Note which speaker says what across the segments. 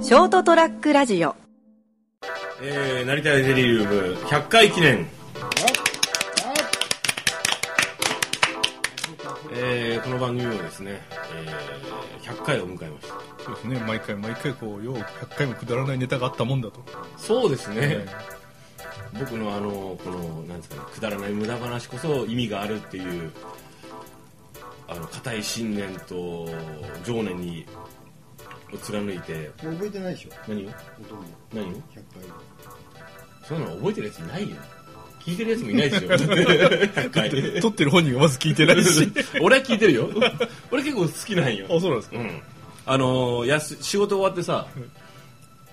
Speaker 1: ショートトラックラジオ
Speaker 2: えー、成田エジリウム100回記念、えー、この番組もですね、えー、100回を迎えました
Speaker 3: そうですね毎回毎回こうよう100回もくだらないネタがあったもんだと、
Speaker 2: そうですね、
Speaker 3: え
Speaker 2: 僕のあのこのなんですかねくだらない無駄話こそ意味があるっていうあの固い信念と情念にを貫いて
Speaker 4: もう覚えてないでしょ
Speaker 2: 何を
Speaker 4: ほとんど
Speaker 2: 何を
Speaker 4: 100回
Speaker 2: そんなの覚えてるやついないよ聞いてるやつもいない ですよ100回
Speaker 3: ー撮ってる本人がまず聞いてないし
Speaker 2: 俺は聞いてるよ俺結構好きなんよ
Speaker 3: あそうなんですか
Speaker 2: うんあのーやす仕事終わってさ、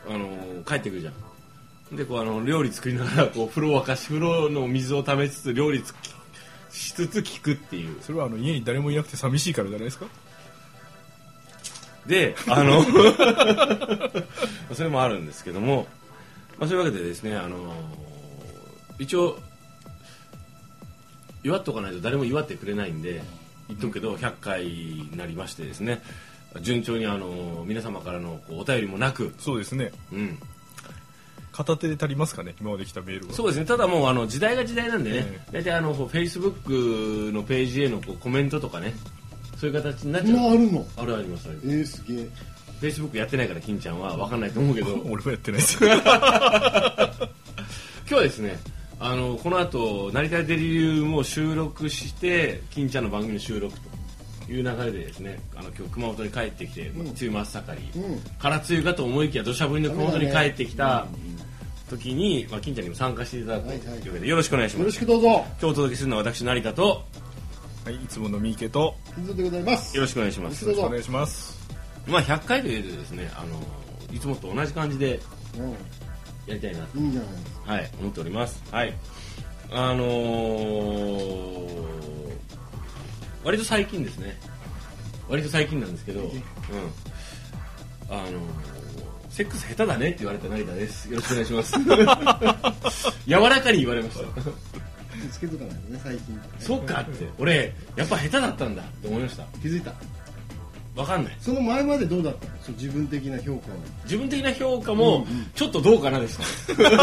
Speaker 2: あのー帰ってくるじゃんでこうあの料理作りながらこう風呂沸かし風呂の水をためつつ料理つきしつつ聞くっていう
Speaker 3: それはあの家に誰もいなくて寂しいからじゃないですか
Speaker 2: であのそれもあるんですけども、まあ、そういうわけでですねあのー一応祝っとかないと誰も祝ってくれないんで言っとくけど100回になりましてですね順調にあのー皆様からのこうお便りもなく、
Speaker 3: そうですね
Speaker 2: うん、
Speaker 3: 片手で足りますかね今まで来たメールは
Speaker 2: そうですねただもうあの時代が時代なんでね
Speaker 3: え
Speaker 2: 大体あのフェイスブックのページへのこうコメントとかねそういう形になっ
Speaker 4: そ
Speaker 2: ち
Speaker 4: んな
Speaker 2: ゃう
Speaker 4: あるの
Speaker 2: あるありますある
Speaker 4: えー、すげえ
Speaker 2: フェイスブックやってないから金ちゃんは分かんないと思 うけど
Speaker 3: 俺もやってな いですよ
Speaker 2: 今日はですねあのこの後成田デリウムを収録して金ちゃんの番組の収録という流れでですねあの今日熊本に帰ってきて、まあ梅雨真っ盛り、
Speaker 4: うん
Speaker 2: から梅雨かと思いきや土砂降りの熊本に帰ってきた時に、まあ、金ちゃんにも参加していただくと
Speaker 4: はいいはいう
Speaker 2: わけでよろしくお願いし
Speaker 4: よ
Speaker 2: ま
Speaker 4: ろ
Speaker 2: す
Speaker 4: しくどうぞ
Speaker 2: 今日お届けするのは私成田と
Speaker 3: はいいつもの三池と
Speaker 4: 金蔵でございます
Speaker 2: よろ
Speaker 4: し
Speaker 2: しくお願いしま
Speaker 4: よろし
Speaker 2: す
Speaker 4: くどう
Speaker 3: お
Speaker 4: ぞ
Speaker 3: 願いします
Speaker 2: まあ100回というとですねあのいつもと同じ感じでやりたいな
Speaker 4: うんいいんじゃないですか
Speaker 2: はい、思っております。はい。あのー、割と最近ですね。割と最近なんですけど、うん。あのー、セックス下手だねって言われた成田です。よろしくお願いし ます。柔らかに言われました。
Speaker 4: 気つけとかないとね最近
Speaker 2: そうかって、俺、やっぱ下手だったんだって思いました。
Speaker 4: 気づいた
Speaker 2: わかんない。
Speaker 4: その前までどうだったのそう自分的な評価は
Speaker 2: 自分的な評価も、ちょっとどうかなでした。
Speaker 4: やっ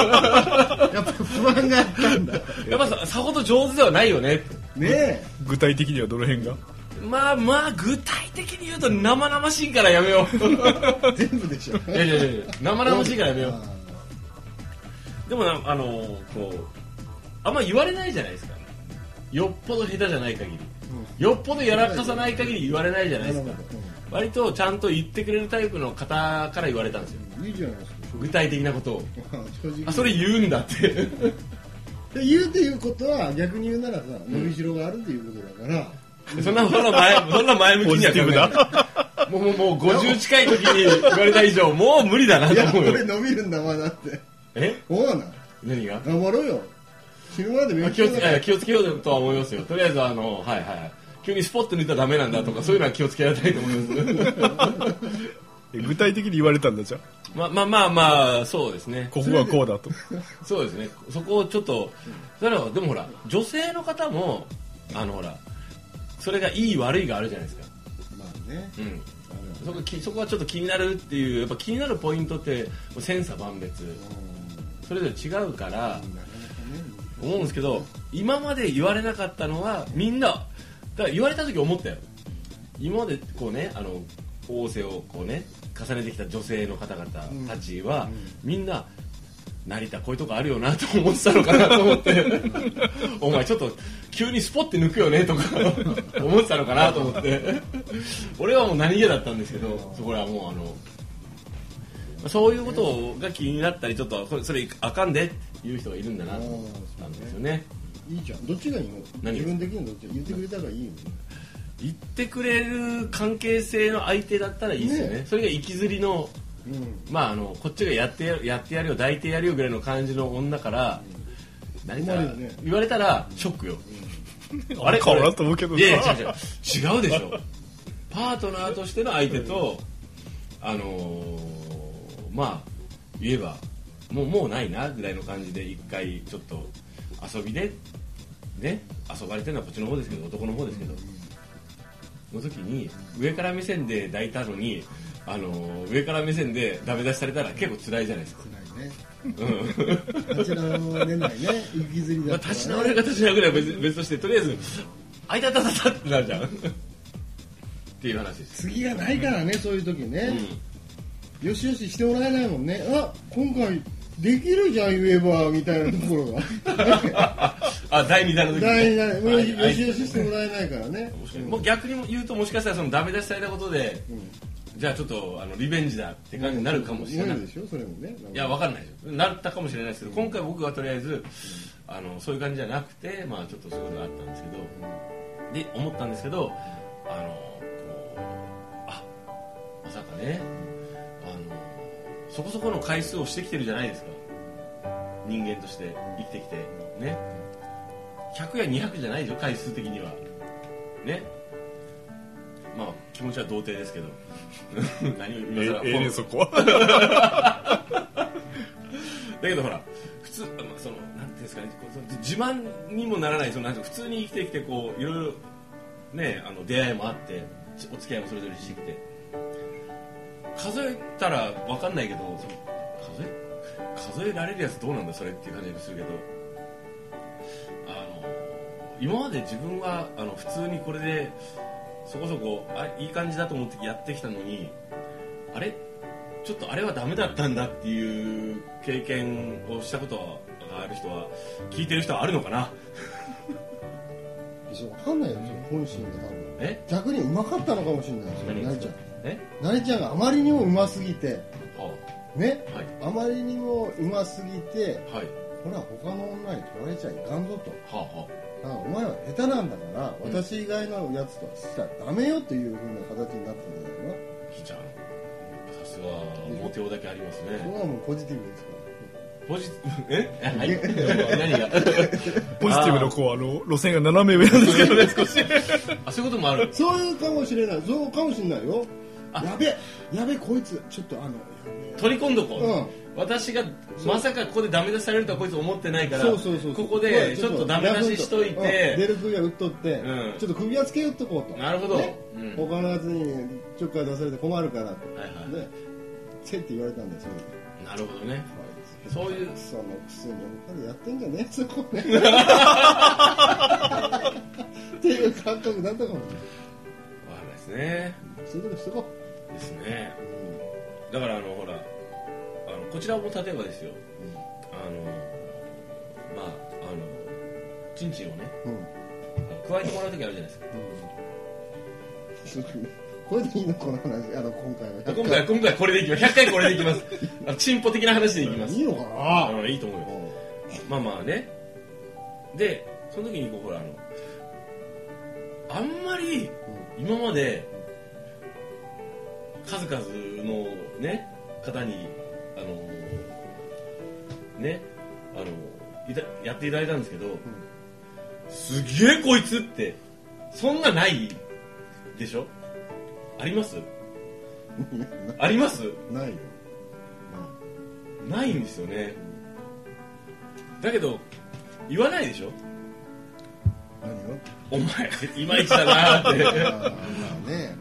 Speaker 4: ぱ不安があったんだ
Speaker 2: やっぱさ、さほど上手ではないよねって。
Speaker 4: ねえ
Speaker 3: 具体的にはどの辺が
Speaker 2: まあまあ、具体的に言うと生々しいからやめよう。
Speaker 4: 全部でしょ
Speaker 2: いやいやいや生々しいからやめよ
Speaker 4: あ
Speaker 2: うでもなあのこうあんま言われないじゃないですかよっぽど下手じゃない限り、よっぽどやらかさない限り言われないじゃ
Speaker 4: ー
Speaker 2: な
Speaker 4: ないる
Speaker 2: で
Speaker 4: ほ
Speaker 2: す
Speaker 4: ど
Speaker 2: か割とちゃんと言ってくれるタイプの方から言われたんですよ
Speaker 4: うんいいじゃないですか
Speaker 2: 具体的なことを
Speaker 4: 正直
Speaker 2: あそれ言うんだって
Speaker 4: で言うっていうことは逆に言うならさ伸びしろがあるっていうことだから
Speaker 2: そんなそんな前そんな前向きには考えないもうもうもう50近い時に言われた以上もう無理だない
Speaker 4: や
Speaker 2: と思う
Speaker 4: 俺
Speaker 2: よ
Speaker 4: 伸びるんだまだって
Speaker 2: え
Speaker 4: そうなん
Speaker 2: 何が
Speaker 4: 頑張ろうよ死ぬまで
Speaker 2: まあ
Speaker 4: 勉
Speaker 2: 気を
Speaker 4: 強
Speaker 2: つ
Speaker 4: だ
Speaker 2: け
Speaker 4: から
Speaker 2: えー気をつけようとは思いますよとりあえずあの、はいはい、急にスポット抜いたらダメなんだとかそういうのは気をつけられたいと思います
Speaker 3: え具体的に言われたんだじゃあ
Speaker 2: ままあまあまあそうですね
Speaker 3: ここはこうだと
Speaker 2: そうですねそこをちょっとそれはでもほら女性の方もあのほらそれがいい悪いがあるじゃないですか、
Speaker 4: まあね
Speaker 2: うん、そこきそこはちょっと気になるっていうやっぱ気になるポイントって千差万別それぞれ違うから、
Speaker 4: なかなかね
Speaker 2: 思うんですけど今まで言われなかったのはみんなだから言われた時思ったよ今までこうねあの仰せをこうね重ねてきた女性の方々たちは、みんな成田こういうとこあるよなと思ってたのかなと思ってお前ちょっと急にスポッて抜くよねとか思ってたのかなと思って俺はもう何気だったんですけどそこらはもうあのそういうことが気になったりちょっとこれそれあかんでっていう人がいるんだなと思ったんですよね
Speaker 4: いいじゃんどっちがいいの
Speaker 2: 何
Speaker 4: 自分的にどっち言ってくれた方がいいよね
Speaker 2: 言ってくれる関係性の相手だったらいいですよね
Speaker 4: ね
Speaker 2: それが行きずりの
Speaker 4: うん
Speaker 2: まああのこっちがやってややってやるよ抱いてやるよぐらいの感じの女から、何か
Speaker 4: 困るよね
Speaker 2: 言われたらショックよ、 あれ
Speaker 3: 変わらんと思うけど
Speaker 2: いやいや違う違う違うでしょパートナーとしての相手と、あのーまあ言えばもうもうないなぐらいの感じで一回ちょっと遊びでね遊ばれてるのはこっちの方ですけど男の方ですけど、の時に上から目線で抱いたのにあの上から目線でダメ出しされたら結構辛いじゃないですか、
Speaker 4: ないね
Speaker 2: うん
Speaker 4: 立ち直れないね行きずり
Speaker 2: ま
Speaker 4: だ
Speaker 2: あ、
Speaker 4: ったら
Speaker 2: 立ち直れるか立ち直れないかは別別としてとりあえずあいたたたたってなるじゃんっていう話です、
Speaker 4: 次がないからねそういう時
Speaker 2: う
Speaker 4: ね、
Speaker 2: ん
Speaker 4: よしよししてもらえないもんねあ今回できるじゃん言えばみたいなところが
Speaker 2: あ第2弾の時
Speaker 4: 大事だね
Speaker 2: は
Speaker 4: よ
Speaker 2: い
Speaker 4: し
Speaker 2: は
Speaker 4: よ
Speaker 2: い
Speaker 4: しよししてもらえないからね
Speaker 2: もう逆に言うともしかしたらそのダメ出しされたことで、じゃあちょっとあのリベンジだって感じになるかもしれない、
Speaker 4: るでしょそれもね
Speaker 2: いや、わかんないですよ。なったかもしれないですけど、今回僕はとりあえず、あの、そういう感じじゃなくて、まあ、ちょっとそういうことがあったんですけど、で、思ったんですけど、あの、こう、あ、まさかね、あの、そこそこの回数をしてきてるじゃないですか。人間として生きてきて、ね。100や200じゃないでしょ、回数的には。ね。まあ、気持ちは童貞ですけど。何を今
Speaker 3: え
Speaker 2: 更
Speaker 3: ええねそこは
Speaker 2: だけどほら普通、まあ、そのなんていうんですかねこうその自慢にもならないそのなんていうか普通に生きてきてこういろいろねあの出会いもあってちお付き合いもそれぞれしてきて数えたらわかんないけどその数え数えられるやつどうなんだそれっていう感じもするけどあの今まで自分はあの普通にこれでそこそこあいい感じだと思ってやってきたのにあれちょっとあれはダメだったんだっていう経験をしたことがある人は聞いてる人はあるのかな
Speaker 4: わかんないよその本心が多分
Speaker 2: え
Speaker 4: 逆にうまかったのかもしれないですよ
Speaker 2: 何
Speaker 4: なりちゃん
Speaker 2: え
Speaker 4: なりちゃんがあまりにもうますぎて
Speaker 2: あ
Speaker 4: ね
Speaker 2: はい
Speaker 4: あまりにもうますぎて
Speaker 2: はい
Speaker 4: ほら他の女に取られちゃいかんぞと
Speaker 2: はあは
Speaker 4: だからお前は下手なんだから私以外のやつとはしたらダメよというふうな形になってるんじゃないの
Speaker 2: あひーちゃんさすがモテ男だけあります
Speaker 4: それ
Speaker 2: ね
Speaker 4: はもうポジティブですか
Speaker 2: ポジえはい 何が
Speaker 3: ポジティブのこうあの路線が斜め上なんですけ どね少し
Speaker 2: あそういうこともある
Speaker 4: らそういうかもしれないそうかもしれないよ
Speaker 2: あ
Speaker 4: やべやべこいつちょっとあの
Speaker 2: 取り込んどこう、
Speaker 4: う
Speaker 2: 私がまさかここでダメ出しされるとはこいつ思ってないから
Speaker 4: そうそうそう
Speaker 2: ここでちょっとダメ出ししとい
Speaker 4: うん出
Speaker 2: て、
Speaker 4: る首は打っとって、
Speaker 2: うん
Speaker 4: ちょっと首はつけ打っとこうと
Speaker 2: なるほど、
Speaker 4: ね
Speaker 2: うん
Speaker 4: 他のやつにちょっかい出されて困るからと、
Speaker 2: はいはい
Speaker 4: でせって言われたんですよ
Speaker 2: なるほどねそういう
Speaker 4: そのくせに他でやってんじゃねえそこねっていう感覚になったかもしれない
Speaker 2: わかんないですね
Speaker 4: そういうことしとこ
Speaker 2: ですね
Speaker 4: う、うん
Speaker 2: だからあのほらあのこちらも例えばですよあのまああのチンチンをね
Speaker 4: うんうん
Speaker 2: 加えてもらう時あるじゃないですか
Speaker 4: そうこれでいいのこの話あの今回は
Speaker 2: 今回今回これでいきます100回これでいきますあのチンポ的な話でいきます
Speaker 4: いいのか
Speaker 2: あ
Speaker 4: な
Speaker 2: のいいと思うよまあまあね。で、その時にこう、ほら、あの、あんまり今まで、数々のね、方に、あの、ね、あの、いたやっていただいたんですけど、すげえこいつって、そんなないでしょありますあります
Speaker 4: ないよ
Speaker 2: ないんですよね。だけど、言わないでしょ
Speaker 4: 何よ
Speaker 2: お前、いまいちだなーって。
Speaker 4: ああね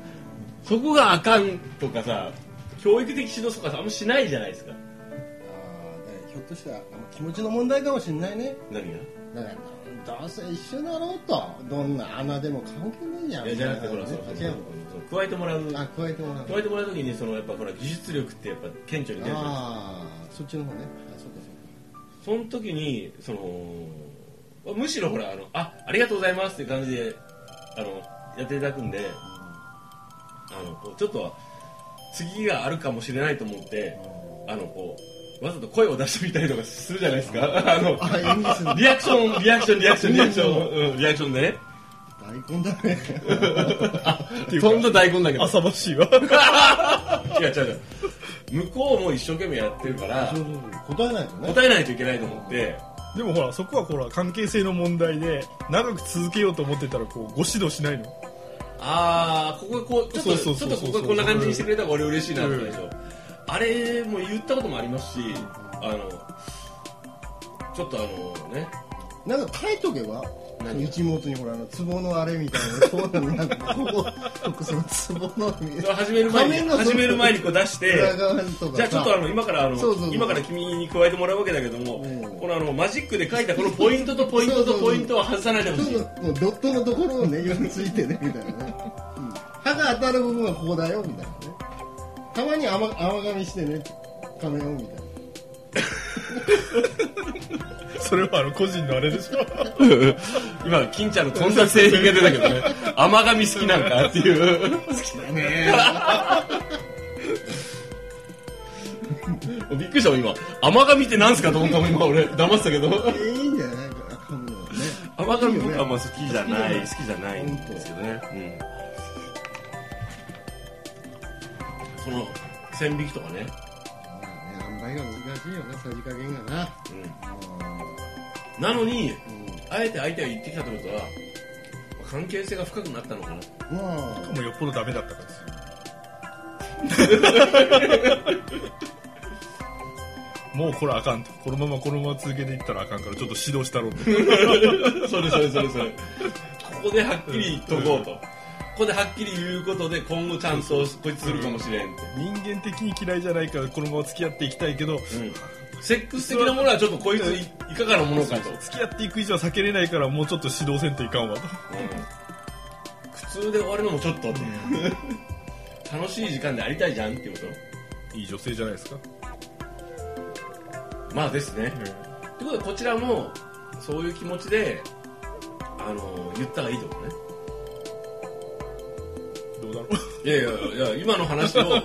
Speaker 2: そこがあかんとかさ、教育的指導とかさ、あんましないじゃないですか。
Speaker 4: ああひょっとしたらあの気持ちの問題かもしれないね
Speaker 2: 何が
Speaker 4: だからどうせ一緒だろうとどんな穴でも関係ないじゃん
Speaker 2: いや、じゃなくてほら、
Speaker 4: み
Speaker 2: そ
Speaker 4: た
Speaker 2: の
Speaker 4: いなね
Speaker 2: そのその加えてもらう、
Speaker 4: あ加えてもらう
Speaker 2: 加えてもらうときに、その、やっぱほら、技術力ってやっぱ顕著に出るじゃないで
Speaker 4: ああそっちの方ねあそうか
Speaker 2: すか。その時に、その、むしろほら、あの、あ、ありがとうございますっていう感じで、あの、やっていただくんで、あの、こう、ちょっと、次があるかもしれないと思って、あの、こう、わざと声を出してみたりとかするじゃないですか。 あの、
Speaker 4: そうかあいいですね
Speaker 2: リアクション、リアクション、リアクション、リアクション、うんリアクションでね。
Speaker 4: 大根だね
Speaker 2: そんな大根だけど。
Speaker 3: 浅ましいわ
Speaker 2: 違う違う違う。向こうも一生懸命やってるから
Speaker 4: そう、そうそう答えないとね
Speaker 2: 答えないといけないと思って、
Speaker 3: でもほらそこはほら関係性の問題で長く続けようと思ってたらこうご指導しないの
Speaker 2: あー、ここがこう、ちょっ
Speaker 3: そ
Speaker 2: と、
Speaker 3: う
Speaker 2: ち
Speaker 3: そ
Speaker 2: ょ
Speaker 3: う
Speaker 2: っ
Speaker 3: そ
Speaker 2: と
Speaker 3: うそ
Speaker 2: ここ
Speaker 3: う
Speaker 2: がこんな感じにしてくれたら俺嬉しいなってでしょ。あれも言ったこともありますし、あの、ちょっとあのね、
Speaker 4: なんか書いとけば
Speaker 2: 何が
Speaker 4: 一物にほらあの壺のあれみたい なこうなんかこここその壺の
Speaker 2: 始める前
Speaker 4: 仮面
Speaker 2: に
Speaker 4: の
Speaker 2: 始める前にこう出して
Speaker 4: 裏側とか
Speaker 2: じゃあちょっとあの今からあの
Speaker 4: そうそうそう
Speaker 2: 今から君に加えてもらうわけだけども、
Speaker 4: うん
Speaker 2: このあのマジックで書いたこのポイントとポイントとポイントは外さないでほしい
Speaker 4: ちょっともうドットのところをね色についてねみたいなね、うん歯が当たる部分はここだよみたいなねたまに甘甘噛みしてね仮面をみたいな
Speaker 3: それはあの個人のあれでしょ
Speaker 2: 今金ちゃんのとんだ製品が出たけどね甘噛み好きなんだっていう好きだねびっくりしたもん今甘噛みってなんすかと思ったもん今俺黙ってたけど
Speaker 4: えいいんじゃないかな噛むのはね
Speaker 2: 甘噛み僕はあんま好きじゃない好きじゃないんですけどね、うん、その線引きとかね、
Speaker 4: まあね塩梅が難しいよねさじ加減がな
Speaker 2: う、
Speaker 4: うん
Speaker 2: なのに
Speaker 4: ん
Speaker 2: あえて相手が言ってきたってことは関係性が深くなったのかな
Speaker 4: うんまあ
Speaker 3: もうよっぽどダメだったからですよもうこれあかんとこのままこのまま続けていったらあかんからちょっと指導したろう と
Speaker 2: それそれそれそれここではっきり言っとこうと、ここではっきり言うことで今後ちゃんとこいつするかもしれんって、
Speaker 3: 人間的に嫌いじゃないからこのまま付き合っていきたいけ
Speaker 2: う
Speaker 3: ど
Speaker 2: ん、セックス的なものはちょっとこいついいかがなものかと、
Speaker 3: 付き合っていく以上は避けれないからもうちょっと指導せんといかんわと
Speaker 2: 苦痛で終わるのもちょっとって楽しい時間でありたいじゃんっていうこ
Speaker 3: いい女性じゃないですか、
Speaker 2: とまあですねってことでこちらもそういう気持ちであの言ったらいいってことね
Speaker 3: どうだろ
Speaker 2: いやいやいや今の話をこ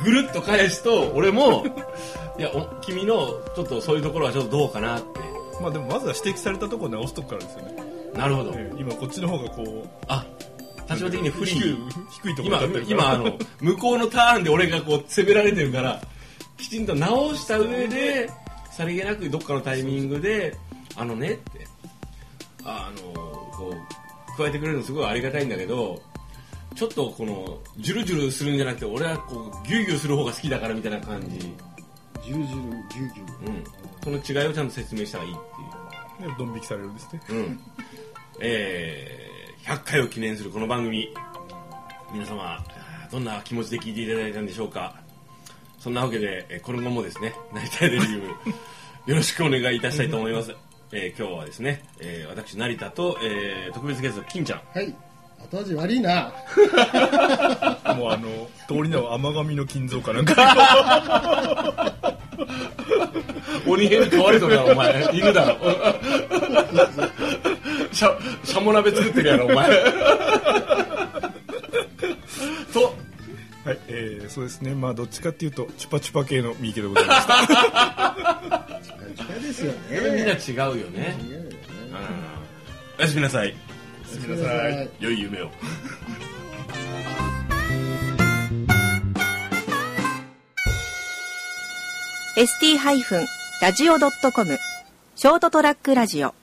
Speaker 2: うぐるっと返すと俺も いやお君のちょっとそういうところはちょっとどうかなって
Speaker 3: うまあでもまずは指摘されたところ直すとこからですよね、
Speaker 2: なるほど、
Speaker 3: ええ今こっちの方がこう
Speaker 2: あ立場的に不利に
Speaker 3: 低いところ
Speaker 2: 今
Speaker 3: だってるから
Speaker 2: 今あの向こうのターンで俺がこう攻められてるからきちんと直した上でさりげなくどっかのタイミングで「あのね」ってああのこう加えてくれるのすごいありがたいんだけどちょっとこのジュルジュルするんじゃなくて俺はこうギュウギュウする方が好きだからみたいな感じ、
Speaker 4: ジュルジュルジュルジュ
Speaker 2: う
Speaker 4: ル
Speaker 2: ん、その違いをちゃんと説明したらいいっ
Speaker 3: ねドン引きされるんですね
Speaker 2: ていう、うんえー、100回を記念するこの番組皆様あーどんな気持ちで聞いていただいたんでしょうかそんなわけでえーこの後もですね成田デビ ューよろしくお願いいたしたいと思います、えー今日はですね、えー私成田と、えー特別ゲスト金ちゃん
Speaker 4: はい後味悪い な
Speaker 3: もうあの通りの甘神の金蔵かな んか
Speaker 2: 鬼変変われとるだろお前犬だろ しゃしゃも鍋作ってるやろお前 と
Speaker 3: はい、えー、そうですねまあどっちかっていうとチュパチュパ系の三池でございました
Speaker 4: 近いですよね
Speaker 2: みんな違うよね。
Speaker 4: 違うよね
Speaker 2: おやすみなさい。
Speaker 4: ごめんなさい
Speaker 2: 良い夢を。
Speaker 1: ST-radio.com ショートトラックラジオ